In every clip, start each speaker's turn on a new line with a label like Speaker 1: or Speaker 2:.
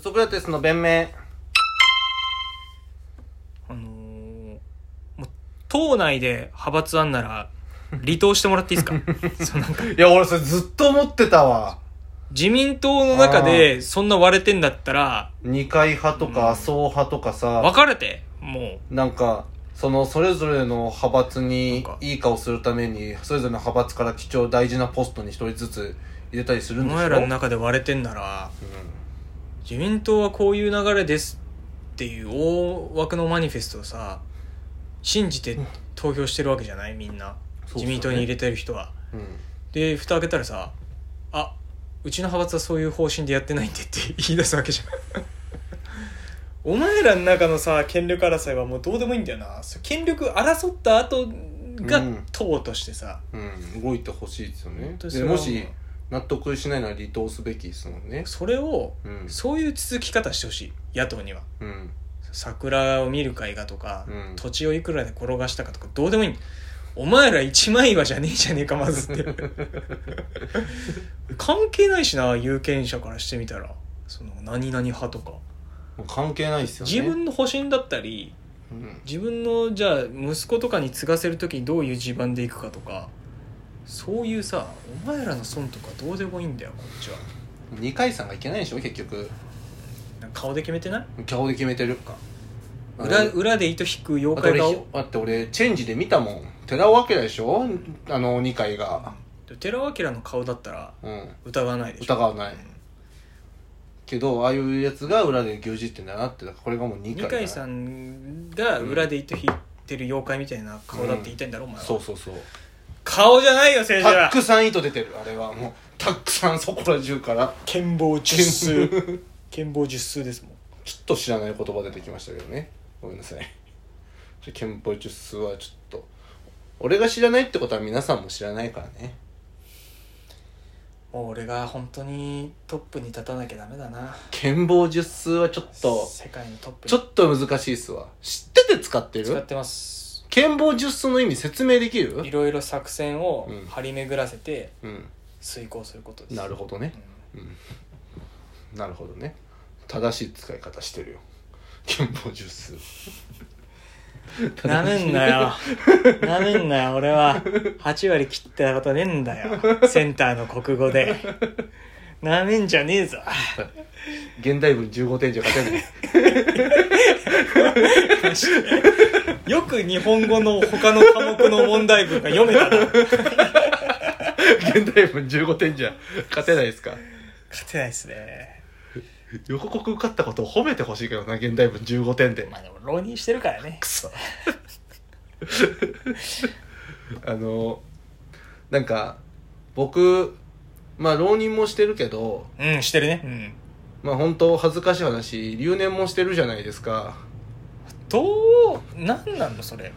Speaker 1: ソクラテスの弁明。
Speaker 2: あのーもう党内で派閥あんな ら離党してもらっていいですかそうなんか
Speaker 1: いや、俺それずっと思ってたわ。
Speaker 2: 自民党の中でそんな割れてんだったら
Speaker 1: 二階派とか麻生派とかさ、
Speaker 2: 別れても
Speaker 1: なんか、そのそれぞれの派閥に
Speaker 2: なんか
Speaker 1: いい顔するために、それぞれの派閥から貴重大事なポストに一人ずつ入れたりす
Speaker 2: う
Speaker 1: る
Speaker 2: お
Speaker 1: んでしょ
Speaker 2: 前らの中で割れてんなら自民党はこういう流れですっていう大枠のマニフェストをさ信じて投票してるわけじゃないみんな
Speaker 1: そうっすよね
Speaker 2: 自民党に入れてる人は。
Speaker 1: うん。うん
Speaker 2: で蓋開けたらさ「あうちの派閥はそういう方針でやってないんで」って 言い出すわけじゃん お前らの中のさ権力争いはもうどうでもいいんだよなそれ権力争った後が
Speaker 1: うん
Speaker 2: 党としてさ、
Speaker 1: うん、動いてほしいですよね
Speaker 2: 本当にそ
Speaker 1: で
Speaker 2: れは
Speaker 1: もし納得しないなら離党すべきですもんね
Speaker 2: それを、
Speaker 1: うん
Speaker 2: そういう続き方してほしい野党には
Speaker 1: うん
Speaker 2: 桜を見る会がとか、
Speaker 1: うん
Speaker 2: 土地をいくらで転がしたかとかどうでもいいお前ら一枚岩じゃねえじゃねえかまずって 関係ないしな有権者からしてみたらその何々派とか
Speaker 1: もう関係ないですよね
Speaker 2: 自分の保身だったり
Speaker 1: うん
Speaker 2: 自分のじゃあ息子とかに継がせる時にどういう地盤でいくかとかそういうさお前らの損とかどうでもいいんだよこっちは
Speaker 1: 二階さんがいけないでしょ結局
Speaker 2: なんか顔で決めてない
Speaker 1: 顔で決めてるか
Speaker 2: 裏裏で糸引く
Speaker 1: だ
Speaker 2: 妖
Speaker 1: って
Speaker 2: 怪
Speaker 1: 俺
Speaker 2: 顔
Speaker 1: だって俺チェンジで見たもん寺尾明でしょあの二階が
Speaker 2: 寺尾明の顔だったら
Speaker 1: うん
Speaker 2: 疑わないでしょ
Speaker 1: 疑わないけどああいうやつが裏で牛耳ってんだなってだからこれがもう二
Speaker 2: 二
Speaker 1: 階
Speaker 2: 階さ
Speaker 1: ん
Speaker 2: んが裏で糸引いてる妖怪みたいな顔だって言いたいんだろ、お前は
Speaker 1: そうそうそう
Speaker 2: 顔じゃないよ政治
Speaker 1: たっ
Speaker 2: は
Speaker 1: くさん糸出てるあれはもうたくさんそこら中から
Speaker 2: 剣謀十 数剣謀十数ですもん
Speaker 1: ちょっと知らない言葉出てきましたけどねごめんなさいちょ憲法術数はちょっと俺が知らないってことは皆さんも知らないからね
Speaker 2: もう俺が本当にトップに立たなきゃダメだな
Speaker 1: 剣謀術数はちょっと
Speaker 2: 世界のトップに
Speaker 1: ちょっと難しいっすわ知ってて使って
Speaker 2: 使っ
Speaker 1: る
Speaker 2: てます
Speaker 1: 剣謀術数の意味説明できる
Speaker 2: いろいろ作戦を
Speaker 1: うん
Speaker 2: 張り巡らせて
Speaker 1: うん
Speaker 2: 遂行することです、
Speaker 1: なるほどねうんなるほどね正しい使い方してるよ剣謀術数
Speaker 2: なめん なよなめんなよ俺は8割切ったことねえんだよセンターの国語 でなめんじゃねえぞ
Speaker 1: 現代文15点じゃ勝てない
Speaker 2: よく日本語の他の科目の問題文が読めたな勝
Speaker 1: 現代文15点じゃ勝てないですか
Speaker 2: てないですね
Speaker 1: 予告受かったことを褒めてほしいけどな現代文15点で
Speaker 2: まあでも浪人してるからね
Speaker 1: くそ あのなんか僕まあ浪人もしてるけど
Speaker 2: うんしてるねうん
Speaker 1: まあ本当恥ずかしい話留年もしてるじゃないですか
Speaker 2: どうなんなのそれ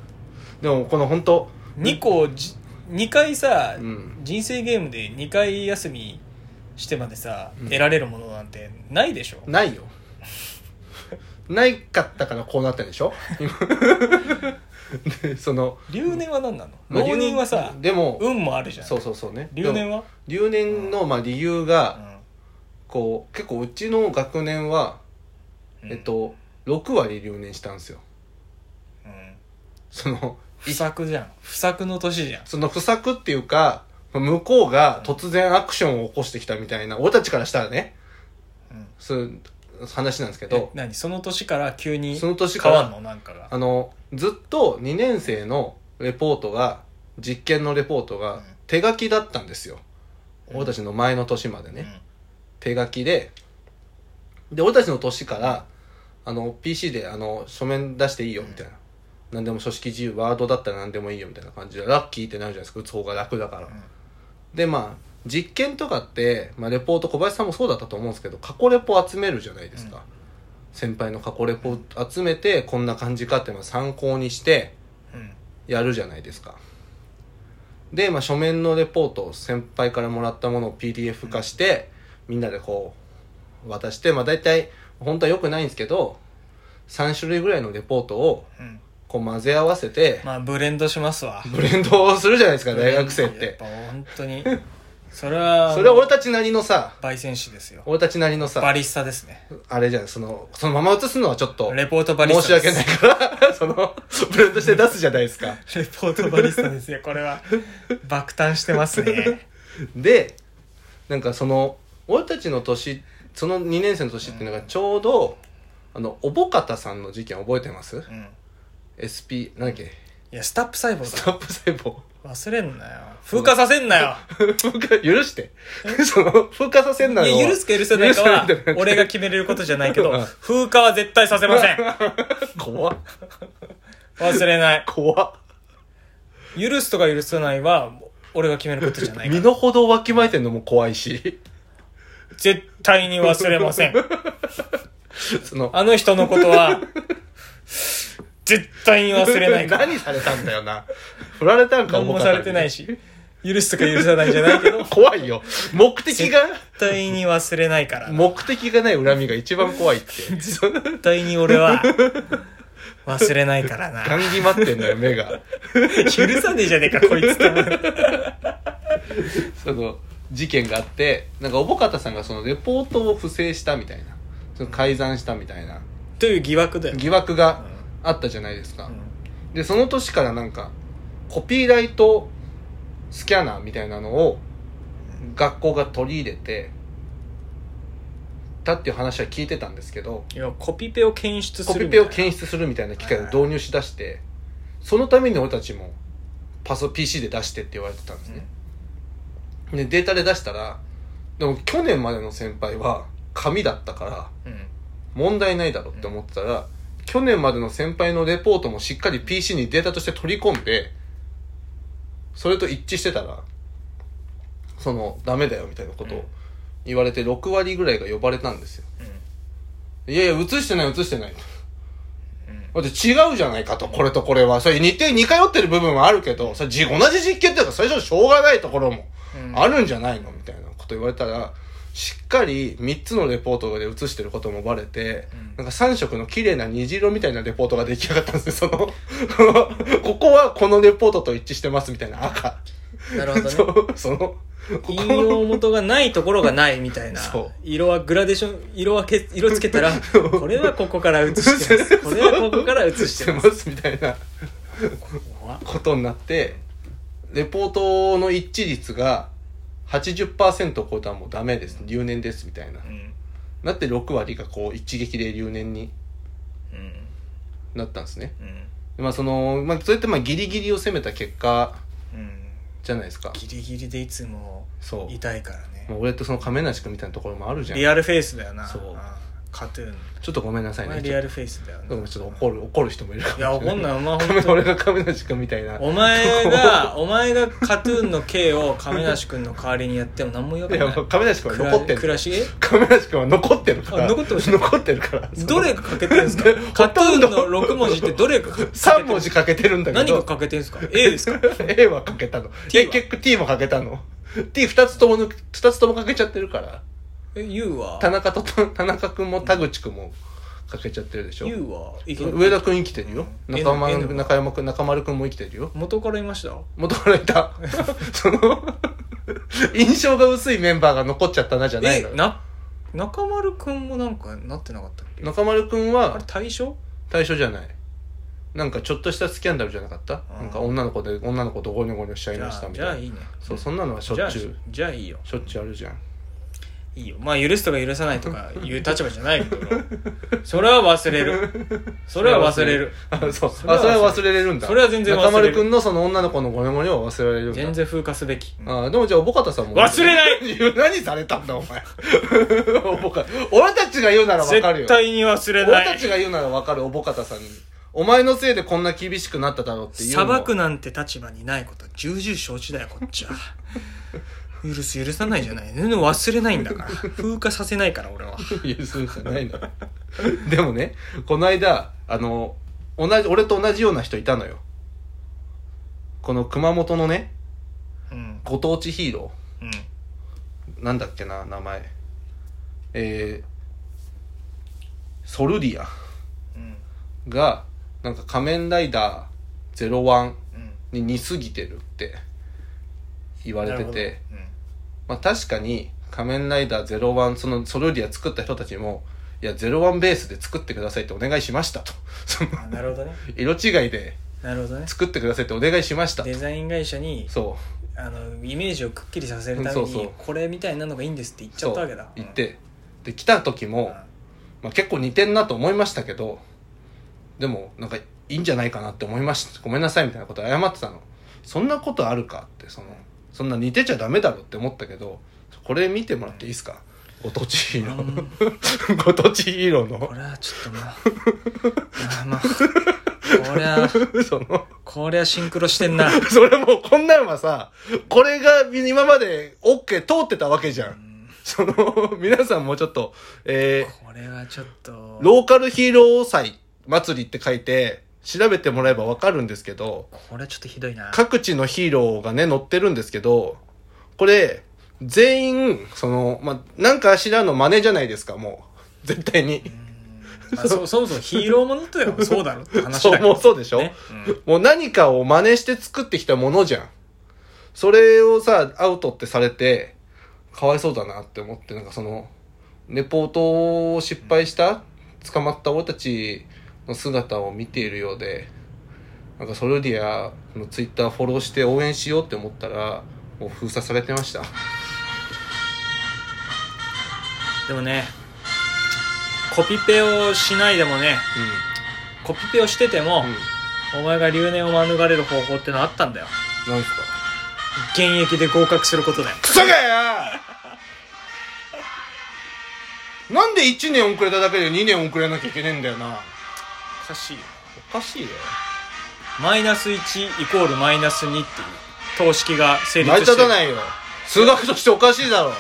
Speaker 1: でもこの本当
Speaker 2: 2個じ2回さ、
Speaker 1: うん
Speaker 2: 人生ゲームで2回休みしてまでさ、
Speaker 1: うん
Speaker 2: 得られるものなんてないでしょ
Speaker 1: ないよないかったからこうなったんでしょ でその
Speaker 2: 留年は何なの、浪人はさ
Speaker 1: でも、
Speaker 2: 運もあるじゃん
Speaker 1: そうそうそうね
Speaker 2: 留年
Speaker 1: は
Speaker 2: は、
Speaker 1: 留年のまあ理由
Speaker 2: う
Speaker 1: が、
Speaker 2: ん
Speaker 1: こう結構うちの学年は、
Speaker 2: うん
Speaker 1: えっと6割留年したんですよ
Speaker 2: うん
Speaker 1: その
Speaker 2: 不作じゃん不作の年じゃん
Speaker 1: その不作っていうか向こうが突然アクションを起こしてきたみたいな俺たちからしたらね、
Speaker 2: うん
Speaker 1: そういう話なんですけ
Speaker 2: え
Speaker 1: ど
Speaker 2: 何その年から急に
Speaker 1: その年か
Speaker 2: 変
Speaker 1: ら
Speaker 2: わんのなんかが
Speaker 1: あのずっと2年生のレポートが実験のレポート
Speaker 2: うん
Speaker 1: が手書きだったんですよ、
Speaker 2: うん
Speaker 1: 俺たちの前の年までね、手書きでで俺たちの年からあの PC であの書面出していいよみたいな、何でも書式自由ワードだったら何でもいいよみたいな感じでラッキーってなるじゃないですか打つ方が楽だから、
Speaker 2: うん
Speaker 1: でまあ実験とかって、まあ、レポート小林さんもそうだったと思うんですけど過去レポ集めるじゃないですか、
Speaker 2: うん
Speaker 1: 先輩の過去レポ集めてこんな感じかっていうのを参考にして
Speaker 2: うんうん
Speaker 1: やるじゃないですかで、まあ、書面のレポートを先輩からもらったものを PDF 化して、みんなでこう渡してまあ大体本当は良くないんですけど3種類ぐらいのレポートを
Speaker 2: うん
Speaker 1: こう混ぜ合わせて
Speaker 2: まあブレンドしますわ
Speaker 1: ブレンドをするじゃないですか大学生っ
Speaker 2: やってぱ本当にそれは
Speaker 1: それは俺たちなりのさ
Speaker 2: 焙煎師ですよ
Speaker 1: 俺たちなりの
Speaker 2: バ
Speaker 1: さ
Speaker 2: リスタですね
Speaker 1: あれじゃんそのそのまま映すのはちょっと
Speaker 2: レポートバリ
Speaker 1: 申
Speaker 2: ス
Speaker 1: し
Speaker 2: タ
Speaker 1: 訳
Speaker 2: です
Speaker 1: ないから そのブレンドして出すじゃないですか
Speaker 2: レポートバリスタですよこれは爆誕してます ね
Speaker 1: でなんかその俺たちの年その2年生の年っていうのがちょうど、あのおぼかたさんの事件覚えてます
Speaker 2: うん
Speaker 1: ?SP 何だっけ
Speaker 2: いやスタップ細胞
Speaker 1: ス
Speaker 2: だ
Speaker 1: タップ細胞
Speaker 2: 忘れんなよ風化させんなよ
Speaker 1: 風化許して その風化させんなよ
Speaker 2: いや許すか許せないか
Speaker 1: 許
Speaker 2: は
Speaker 1: せないんだよ
Speaker 2: 俺が決めれることじゃないけど
Speaker 1: うん
Speaker 2: 風化は絶対させません
Speaker 1: 怖っ
Speaker 2: 忘れない
Speaker 1: 怖っ
Speaker 2: 許すとか許さないは俺が決めることじゃないか
Speaker 1: 身
Speaker 2: ら
Speaker 1: の程をわきまえてんのも怖いし
Speaker 2: 絶対に忘れません
Speaker 1: その
Speaker 2: あの人のことは絶対に忘れないか ら
Speaker 1: 何されたんだよな振られたんか
Speaker 2: 何もされてないし許すとか許さないじゃないけど
Speaker 1: お母さんに 怖いよ目的が
Speaker 2: 絶対に忘れないから
Speaker 1: 目的がない恨みが一番怖いってその
Speaker 2: 絶対に俺は忘れないからな
Speaker 1: ガンギ待ってんだよ目が
Speaker 2: 許さねえじゃねえかこいつと思う
Speaker 1: その事件があってなんか小方さんがそのレポートを不正したみたいなその改ざんしたみたいな
Speaker 2: という疑惑だよ、
Speaker 1: 疑惑があったじゃないですか、
Speaker 2: うん
Speaker 1: でその年からなんかコピーライトスキャナーみたいなのを学校が取り入れてたっていう話は聞いてたんですけど
Speaker 2: いやコピペを検出す
Speaker 1: コピ
Speaker 2: るみた
Speaker 1: ペ
Speaker 2: い
Speaker 1: を
Speaker 2: な
Speaker 1: 検出するみたいな機械を導入しだしてそのために俺たちもパソ PC で出してって言われてたんですね、でデータで出したらでも去年までの先輩は紙だったから
Speaker 2: うんうん
Speaker 1: 問題ないだろって思ってたら、去年までの先輩のレポートもしっかり PC にデータとして取り込んでそれと一致してたらそのダメだよみたいなこと
Speaker 2: うん
Speaker 1: を言われて6割ぐらいが呼ばれたんですよ
Speaker 2: うん
Speaker 1: いやいや映してない映してない
Speaker 2: う
Speaker 1: だ
Speaker 2: ん
Speaker 1: って違うじゃないかとこれとこれはそれ似て似通ってる部分はあるけどそれじ同じ実験っていうか最初しょうがないところも
Speaker 2: うん
Speaker 1: あるんじゃないのみたいなこと言われたらしっかり3つのレポートで写してることもバレて、
Speaker 2: うん
Speaker 1: なんか3色の綺麗な虹色みたいなレポートが出来上がったんですよその ここはこのレポートと一致してますみたいな赤
Speaker 2: なるほどね
Speaker 1: そうそのここ
Speaker 2: 引用元がないところがないみたいな
Speaker 1: そう
Speaker 2: 色はグラデーション色はけ色つけたらこれはここから写してますこれはここから写して ま
Speaker 1: 写
Speaker 2: す
Speaker 1: してますみたいな
Speaker 2: 怖っ
Speaker 1: ことになってレポートの一致率が80%を超えたらもうダメです留年ですみたいな
Speaker 2: うん
Speaker 1: なって6割がこう一撃で留年に
Speaker 2: うん
Speaker 1: なったんですね
Speaker 2: うん
Speaker 1: でまあその、まあ、そうやってまあギリギリを攻めた結果
Speaker 2: うん
Speaker 1: じゃないですか
Speaker 2: ギリギリでいつも
Speaker 1: そう
Speaker 2: 痛いからね
Speaker 1: まあ俺とその亀梨君みたいなところもあるじゃん
Speaker 2: リアルフェイスだよな
Speaker 1: そうん
Speaker 2: カトゥーン
Speaker 1: ちょっとごめんなさ
Speaker 2: お
Speaker 1: い
Speaker 2: 前
Speaker 1: ね
Speaker 2: リ
Speaker 1: ち
Speaker 2: ア
Speaker 1: ょ
Speaker 2: ルフェイスだよ
Speaker 1: っと
Speaker 2: な
Speaker 1: でもちょっと怒る怒る人もいるかも
Speaker 2: いや
Speaker 1: しれない
Speaker 2: 怒んないお前
Speaker 1: 亀
Speaker 2: 本
Speaker 1: 俺が亀梨君みたいな
Speaker 2: 当お前がお前がカトゥーンの K を亀梨君の代わりにやっても何も言わ
Speaker 1: い
Speaker 2: れ
Speaker 1: や
Speaker 2: な
Speaker 1: もう
Speaker 2: い
Speaker 1: 亀梨君は残ってる
Speaker 2: 暮らしえ
Speaker 1: 亀梨君は残ってるから
Speaker 2: あ残ってました
Speaker 1: 残ってるから
Speaker 2: どれが欠けてるんですか
Speaker 1: ほとんど
Speaker 2: カトゥーンの6文字ってどれが欠けてる
Speaker 1: 3文字かけてるんだけど
Speaker 2: 何が欠けてる んですか ?A ですか
Speaker 1: A はかけたの
Speaker 2: T は
Speaker 1: 結局 T もかけたの T2 つとも抜く二つともかけちゃってるから
Speaker 2: え ?U は
Speaker 1: 田中と 田中君も田口君もかけちゃってるでしょ
Speaker 2: ?U は生きてる
Speaker 1: 上田君生きてるよ、
Speaker 2: うん
Speaker 1: 中間
Speaker 2: N
Speaker 1: 中山君中丸君も生きてるよ
Speaker 2: 元からいました
Speaker 1: 元からいた その 印象が薄いメンバーが残っちゃったなじゃない
Speaker 2: え
Speaker 1: のよ
Speaker 2: な中丸くんもなんかなってなかったっけ
Speaker 1: 中丸君
Speaker 2: あ
Speaker 1: は
Speaker 2: れ対象
Speaker 1: 対象じゃないなんかちょっとしたスキャンダルじゃなかった
Speaker 2: あー
Speaker 1: なんか女の子で女の子とゴニョゴニョしちゃい
Speaker 2: じゃ
Speaker 1: ました
Speaker 2: あ
Speaker 1: み
Speaker 2: じゃ
Speaker 1: た
Speaker 2: あ
Speaker 1: いない
Speaker 2: いね
Speaker 1: そうそんなのはしょ
Speaker 2: じゃあ
Speaker 1: っちゅう
Speaker 2: じゃあいいよ
Speaker 1: しょっちゅうあるじゃん
Speaker 2: いいよまあ許すとか許さないとかいう立場じゃな いけどそれは忘れるそれは忘れ る
Speaker 1: あそう
Speaker 2: それは忘れる
Speaker 1: あそれは忘れれるんだ
Speaker 2: それは全然忘れる
Speaker 1: 中丸君のその女の子のゴニョゴニョは忘れられるんだ
Speaker 2: 全然風化すべき
Speaker 1: ああでもじゃあおぼかたさんも
Speaker 2: 忘れない
Speaker 1: 何されたんだお前 おぼか俺たちが言うならわかる
Speaker 2: 絶
Speaker 1: よ
Speaker 2: 対に忘れな
Speaker 1: 俺た
Speaker 2: い
Speaker 1: ちが言うならわかるおぼかたさんにお前のせいでこんな厳しくなっただろうっていう
Speaker 2: 裁く
Speaker 1: な
Speaker 2: なんて立場にないこと重々承知だよこっちは 許す許さないじゃない全然忘れないんだから風化させないから俺は
Speaker 1: そうじゃないのでもねこの間あの同じ俺と同じような人いたのよこの熊本のね
Speaker 2: うん
Speaker 1: ご当地ヒーロ
Speaker 2: うん
Speaker 1: ーなんだっけな名前えー、ソルリア
Speaker 2: うん
Speaker 1: がなんか仮面ライダー01
Speaker 2: うん
Speaker 1: に似すぎてるって言われてて
Speaker 2: なる
Speaker 1: まあ確かに仮面ライダーゼロワンそのソロリア作った人たちもいやゼロワンベースで作ってくださいってお願いしましたと その
Speaker 2: あなるほどね
Speaker 1: 色違いで
Speaker 2: なるほどね
Speaker 1: 作ってくださいってお願いしました
Speaker 2: デザイン会社に
Speaker 1: そ
Speaker 2: あのイメージをくっきりさせるため
Speaker 1: そうそ
Speaker 2: に
Speaker 1: う
Speaker 2: これみたいなのがいいんですって言っ
Speaker 1: う
Speaker 2: ちゃったわけだ
Speaker 1: そう行ってで来た時
Speaker 2: うん
Speaker 1: も、まあ、結構似てんなと思いましたけどでもなんかいいんじゃないかなって思いましたごめんなさいみたいなこと謝ってたのそんなことあるかってそのそんな似てちゃダメだろって思ったけどこれ見てもらっていいですかご当地ヒーロ
Speaker 2: うん
Speaker 1: ー ご当地ヒーローの
Speaker 2: これはちょっとまああーまあこれは
Speaker 1: その
Speaker 2: これはシンクロしてんな
Speaker 1: それもうこんなんはさこれが今まで OK 通ってたわけじゃ
Speaker 2: うんん
Speaker 1: その皆さんもちょっとえー
Speaker 2: これはちょっと
Speaker 1: ローカルヒーロー祭祭りって書いて調べてもらえばわかるんですけど
Speaker 2: これはちょっとひどいな
Speaker 1: 各地のヒーローがね、載ってるんですけど、これ、全員、その、まあ、なんか知らんの真似じゃないですか、もう。絶対に。
Speaker 2: ま あ、そそもそもヒーローものってのはそうだろって話だ
Speaker 1: そう、
Speaker 2: けど
Speaker 1: もうそうでしょ、
Speaker 2: ねうん
Speaker 1: もう何かを真似して作ってきたものじゃん。それをさ、アウトってされて、かわいそうだなって思って、なんかその、レポートを失敗した、捕まった俺たちの姿を見ているようで、なんかソルディアのツイッターフォローして応援しようって思ったら、もう封鎖されてました。
Speaker 2: でもねコピペをしないでもねコピペをしてても
Speaker 1: うん。う、ん。
Speaker 2: お前が留年を免れる方法ってのあったんだよ
Speaker 1: なんすか
Speaker 2: 現役で合格することだよ
Speaker 1: クソがやなんで1年遅れただけで2年遅れなきゃいけねえんだよな。
Speaker 2: おかしいよ
Speaker 1: おかしいよ。
Speaker 2: マイナス1イコールマイナス2っていう等式が成立
Speaker 1: 成り
Speaker 2: して
Speaker 1: 立た
Speaker 2: る
Speaker 1: ないよ数学としておかしいだろ